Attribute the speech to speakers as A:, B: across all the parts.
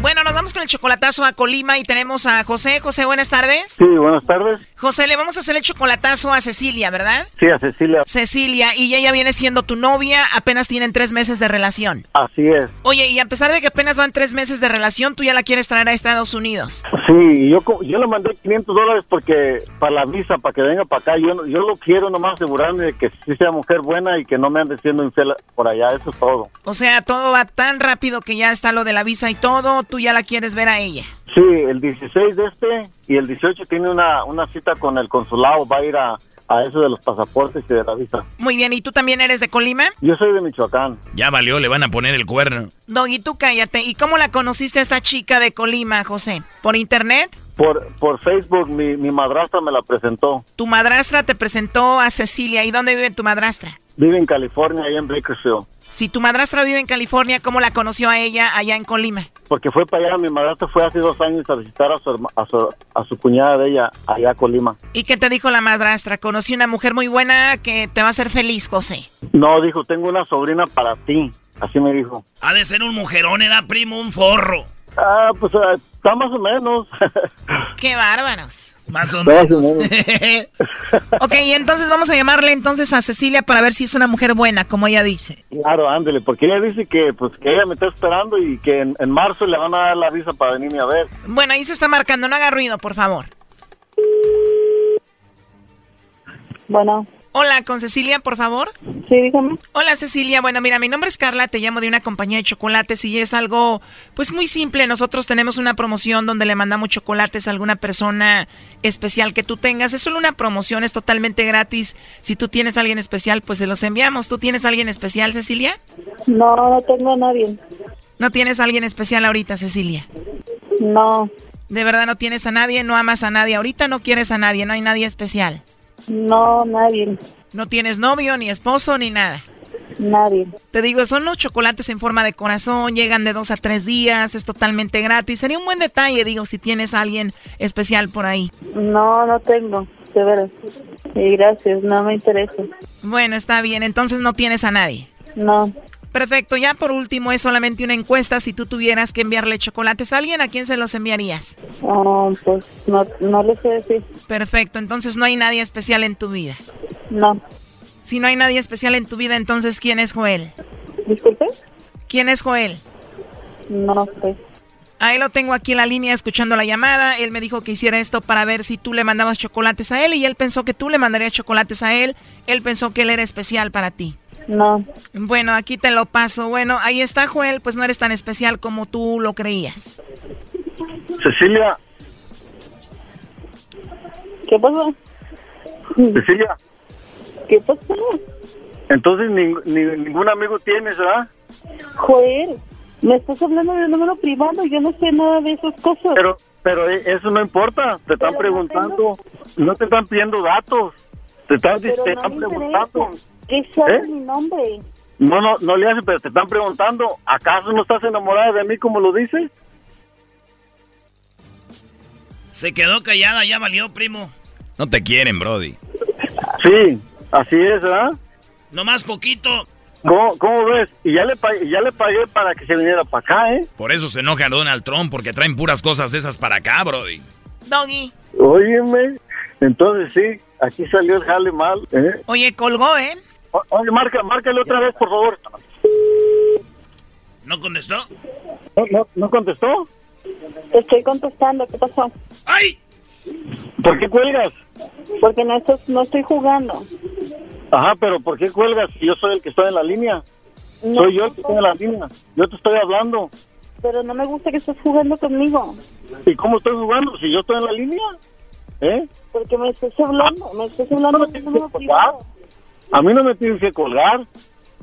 A: Bueno, nos vamos con el chocolatazo a Colima y tenemos a José. José, buenas tardes.
B: Sí, buenas tardes.
A: José, le vamos a hacer el chocolatazo a Cecilia, ¿verdad?
B: Sí, a Cecilia.
A: Cecilia, y ella viene siendo tu novia, apenas tienen tres meses de relación.
B: Así es.
A: Oye, y a pesar de que apenas van tres meses de relación, tú ya la quieres traer a Estados Unidos.
B: Sí, yo co- yo le mandé 500 dólares porque para la visa, para que venga para acá. Yo no- yo lo quiero nomás asegurarme de que sí sea mujer buena y que no me ande siendo infiel por allá. Eso es todo.
A: O sea, todo va tan rápido que ya está lo de la visa y todo, tú ya la quieres ver a ella.
B: Sí, el 16 de este y el 18 tiene una, una cita con el consulado. Va a ir a, a eso de los pasaportes y de la visa.
A: Muy bien, ¿y tú también eres de Colima?
B: Yo soy de Michoacán.
C: Ya valió, le van a poner el cuerno.
A: No, y tú cállate. ¿Y cómo la conociste a esta chica de Colima, José? ¿Por internet?
B: Por, por Facebook mi, mi madrastra me la presentó.
A: Tu madrastra te presentó a Cecilia. ¿Y dónde vive tu madrastra?
B: Vive en California, ahí en Bakersfield.
A: Si tu madrastra vive en California, ¿cómo la conoció a ella allá en Colima?
B: Porque fue para allá, mi madrastra fue hace dos años a visitar a su, herma- a su, a su cuñada de ella, allá a Colima.
A: ¿Y qué te dijo la madrastra? Conocí una mujer muy buena que te va a hacer feliz, José.
B: No, dijo, tengo una sobrina para ti. Así me dijo.
C: Ha de ser un mujerón, era primo, un forro.
B: Ah, pues ah, está más o menos.
A: ¡Qué bárbaros!
C: Más o
B: Más o
C: menos.
A: Ok, y entonces vamos a llamarle entonces a Cecilia para ver si es una mujer buena, como ella dice.
B: claro, ándele, porque ella dice que pues que ella me está esperando y que en, en marzo le van a dar la visa para venirme a ver.
A: Bueno, ahí se está marcando, no haga ruido, por favor.
D: Bueno,
A: Hola, con Cecilia, por favor.
D: sí, dígame.
A: Hola Cecilia, bueno mira, mi nombre es Carla, te llamo de una compañía de chocolates y es algo pues muy simple, nosotros tenemos una promoción donde le mandamos chocolates a alguna persona especial que tú tengas, es solo una promoción, es totalmente gratis, si tú tienes a alguien especial pues se los enviamos, ¿tú tienes a alguien especial Cecilia?
D: No, no tengo a nadie.
A: No tienes a alguien especial ahorita Cecilia,
D: No,
A: de verdad no tienes a nadie, no amas a nadie, ahorita no quieres a nadie, no hay nadie especial,
D: no, nadie.
A: no tienes novio ni esposo ni nada.
D: Nadie.
A: Te digo, son los chocolates en forma de corazón, llegan de dos a tres días, es totalmente gratis. Sería un buen detalle, digo, si tienes a alguien especial por ahí.
D: No, no tengo. De veras. Y gracias, no me interesa.
A: Bueno, está bien, entonces no tienes a nadie.
D: No,
A: Perfecto, ya por último es solamente una encuesta. Si tú tuvieras que enviarle chocolates a alguien, ¿a quién se los enviarías?
D: oh, pues no, no le sé decir.
A: Perfecto, entonces no hay nadie especial en tu vida.
D: No.
A: Si no hay nadie especial en tu vida, entonces ¿quién es Joel?
D: ¿Disculpe?
A: ¿Quién es Joel?
D: No pues, sé.
A: Ahí lo tengo aquí en la línea escuchando la llamada. Él me dijo que hiciera esto para ver si tú le mandabas chocolates a él y él pensó que tú le mandarías chocolates a él. Él pensó que él era especial para ti.
D: No,
A: Bueno, aquí te lo paso. Bueno, ahí está Joel, pues no eres tan especial como tú lo creías.
B: Cecilia,
D: ¿qué pasó?
B: Cecilia,
D: ¿Qué pasó?
B: entonces ning- ni- ningún amigo tienes, ¿verdad?
D: Joder, me estás hablando de un número privado. Yo no sé nada de esas cosas.
B: Pero pero eh, eso no importa, te están
D: Pero no
B: preguntando, no te están pidiendo datos, te están,
D: Pero
B: te
D: no
B: están
D: me
B: preguntando.
D: interesa. ¿Qué sabe
B: ¿Eh?
D: mi nombre?
B: No, no, no le hace, pero te están preguntando, ¿acaso no estás enamorada de mí como lo dices?
C: Se quedó callada, ya valió, primo.
E: No te quieren, Brody.
B: Sí, así es, ¿verdad?
C: Nomás poquito.
B: ¿Cómo, cómo ves? Y ya le, pa- ya le pagué para que se viniera para acá, ¿eh?
E: Por eso se enoja Donald Trump, porque traen puras cosas de esas para acá, Brody.
A: Doggy.
B: Óyeme, entonces sí, aquí salió el jale mal, ¿eh?
A: Oye, colgó, ¿eh?
B: O- Oye, marca, márcale otra vez, por favor.
C: ¿No contestó?
B: ¿No, no, no contestó?
D: Te estoy contestando, ¿qué pasó?
C: ¡Ay!
B: ¿Por qué cuelgas?
D: Porque no, estoy- no estoy jugando.
B: Ajá, pero ¿por qué cuelgas si yo soy el que estoy en la línea?
D: No,
B: Soy yo el que estoy en la línea. Yo te estoy hablando.
D: Pero no me gusta que estés jugando conmigo.
B: ¿Y cómo estoy jugando si yo estoy en la línea? ¿Eh?
D: Porque me estás hablando, me estás hablando
B: No,
D: de
B: sí,
D: un número
B: sí,
D: privado.
B: A mí no me tienes que colgar.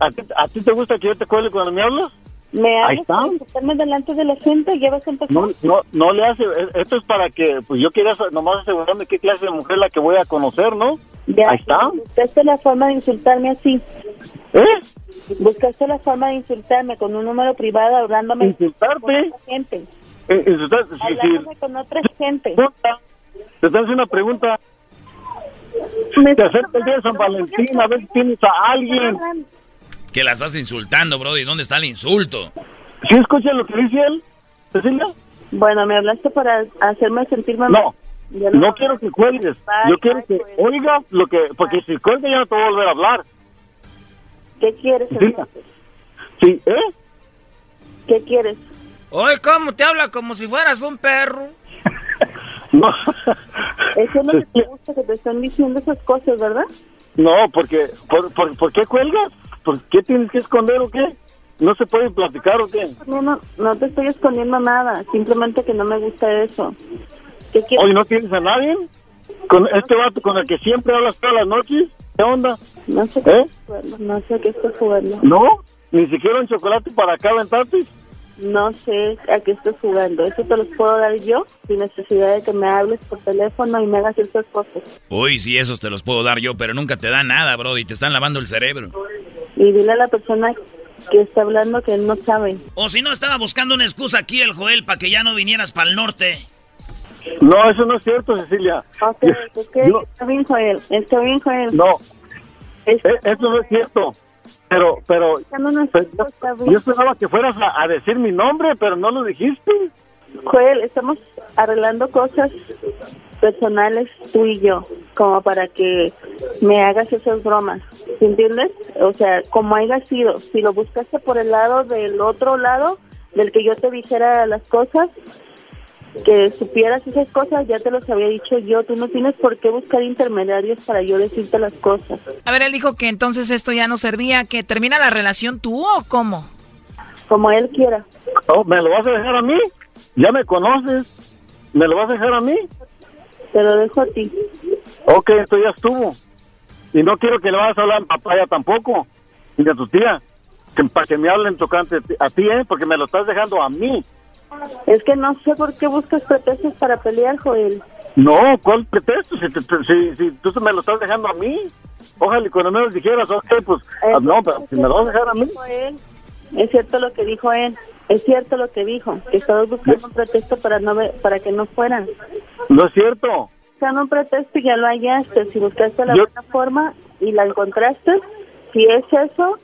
B: ¿A ti, a ti te gusta que yo te cuelgue cuando me hablas?
D: Me
B: Ahí
D: hablas
B: está.
D: para insultarme delante de la gente y ya vas a empezar.
B: No, no, no le hace. e- Esto es para que, pues yo quería sa- nomás asegurarme qué clase de mujer es la que voy a conocer, ¿no?
D: Ya,
B: Ahí está.
D: Buscaste la forma de insultarme así.
B: ¿Eh?
D: Buscaste la forma de insultarme con un número privado hablándome con
B: Insultarte.
D: otra gente.
B: Eh, insultar- si-
D: Hablándome con otra gente.
B: si- pregunta, Te están haciendo una pregunta.
D: Me
B: Te
D: estás
B: acerca el día de San
D: hablando,
B: Valentín, a ver si tienes a alguien.
E: Que las estás insultando, Brody. ¿Dónde está el insulto?
B: ¿Sí escuchas lo que dice él, Cecilia?
D: Bueno, me hablaste para hacerme sentirme
B: No,
D: Ya
B: no quiero que cuelgues.
D: Bye,
B: Yo quiero
D: bye,
B: que
D: pues.
B: oigas lo que... Porque si cuelga ya no te voy a volver a hablar.
D: ¿Qué quieres?
B: Sí.
D: entonces?
B: Sí, ¿eh?
D: ¿Qué quieres?
A: Oye, ¿cómo te habla como si fueras un perro?
B: No.
D: Eso es lo que te gusta, que te están diciendo esas cosas, ¿verdad?
B: No, porque... ¿Por, por, por qué cuelgas? ¿Por qué tienes que esconder o qué? ¿No se puede platicar o qué?
D: No, no, no te estoy escondiendo nada, simplemente que no me gusta eso. ¿Qué quieres?
B: ¿Hoy no tienes a nadie? ¿Con este vato con el que siempre hablas todas las noches? ¿Qué onda?
D: No sé qué
B: ¿Eh?
D: estás jugando, no sé qué estás jugando.
B: ¿No? ¿Ni siquiera un chocolate para acá aventarte?
D: No sé a qué estás jugando. Eso te lo puedo dar yo sin necesidad de que me hables por teléfono y me hagas esas cosas.
E: Uy, sí, esos te los puedo dar yo, pero nunca te da nada, Brody. Te están lavando el cerebro.
D: Y dile a la persona que está hablando que no sabe.
C: O si no, estaba buscando una excusa aquí el Joel para que ya no vinieras para el norte.
B: No, eso no es cierto, Cecilia.
D: Ok,
B: Yo-
D: pues que
B: yo-
D: está bien, Joel. Está bien, Joel.
B: no,
D: Es-
B: e- eso no es cierto. Pero, pero,
D: Ya no nos-
B: pero
D: está
B: Pues, yo,
D: bien.
B: yo esperaba que fueras a, a decir mi nombre, pero no lo dijiste.
D: Joel, estamos arreglando cosas personales tú y yo, como para que me hagas esas bromas, ¿sí ¿entiendes? O sea, como haya sido, si lo buscaste por el lado del otro lado, del que yo te dijera las cosas, que supieras esas cosas, ya te los había dicho yo, tú no tienes por qué buscar intermediarios para yo decirte las cosas.
A: A ver, él dijo que entonces esto ya no servía, que termina la relación tú o cómo.
D: Como él quiera,
B: Oh, ¿Me lo vas a dejar a mí? Ya me conoces. ¿Me lo vas a dejar a mí?
D: te lo dejo a ti.
B: Ok, esto ya estuvo. Y no quiero que le vayas a hablar a mi papaya tampoco, ni a tu tía. Que, para que me hablen tocante a ti- a ti, ¿eh? Porque me lo estás dejando a mí.
D: Es que no sé por qué buscas pretextos para pelear, Joel.
B: No, ¿cuál pretexto? Si, te- te- si, si tú se me lo estás dejando a mí. Ojalá y cuando menos dijeras, ok, pues,
D: Eh,
B: ah, no, pero si me lo vas a dejar a mí.
D: Dijo él, Es cierto lo que dijo él. Es cierto lo que dijo, que estabas buscando un pretexto para no ve- para que no fueran.
B: No es cierto.
D: Buscando un pretexto y ya lo hallaste. Si buscaste la
B: Yo-
D: buena forma y la encontraste, si es eso,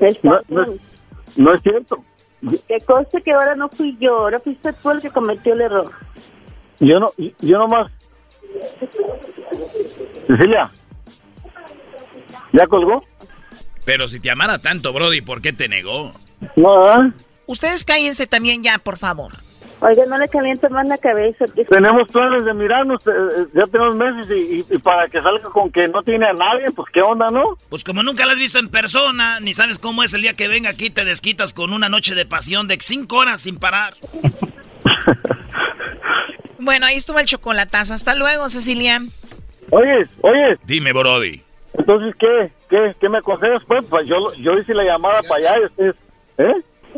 D: está
B: No, no,
D: bien.
B: es- no es cierto. Yo-
D: Que conste que ahora no fui yo, ahora fuiste tú el que cometió el error.
B: Yo no, yo nomás. Cecilia. ¿Ya colgó?
E: Pero si te amara tanto, Brody, ¿por qué te negó?
B: No, ¿verdad?
A: Ustedes cállense también ya, por favor.
D: Oiga, no le calientes más la cabeza. que-
B: Tenemos planes de mirarnos, eh, eh, ya tenemos meses y, y- y para que salga con que no tiene a nadie, pues qué onda, ¿no?
C: Pues como nunca la has visto en persona, ni sabes cómo es el día que venga aquí, te desquitas con una noche de pasión de cinco horas sin parar.
A: Bueno, ahí estuvo el chocolatazo. Hasta luego, Cecilia.
B: Oyes, oyes,
E: Dime, Brody.
B: entonces, ¿qué? ¿Qué, qué me aconsejas? Pues, pues yo, yo hice la llamada para allá y ustedes, ¿eh?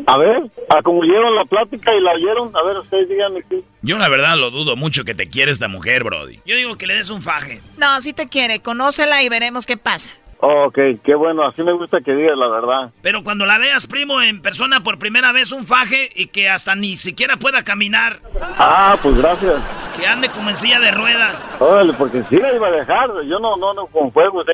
B: A ver, a como oyeron la plática y la oyeron, a ver, ustedes díganme qué.
E: Yo la verdad lo dudo mucho que te quiere esta mujer, Brody.
C: Yo digo que le des un faje.
A: No, si te quiere, conócela y veremos qué pasa.
B: Oh, ok, qué bueno, así me gusta que digas la verdad.
C: Pero cuando la veas, primo, en persona por primera vez, un faje y que hasta ni siquiera pueda caminar.
B: Ah, pues gracias.
C: Que ande como en silla de ruedas.
B: Órale, porque sí la iba a dejar, yo no, no, no, con juegos. eh.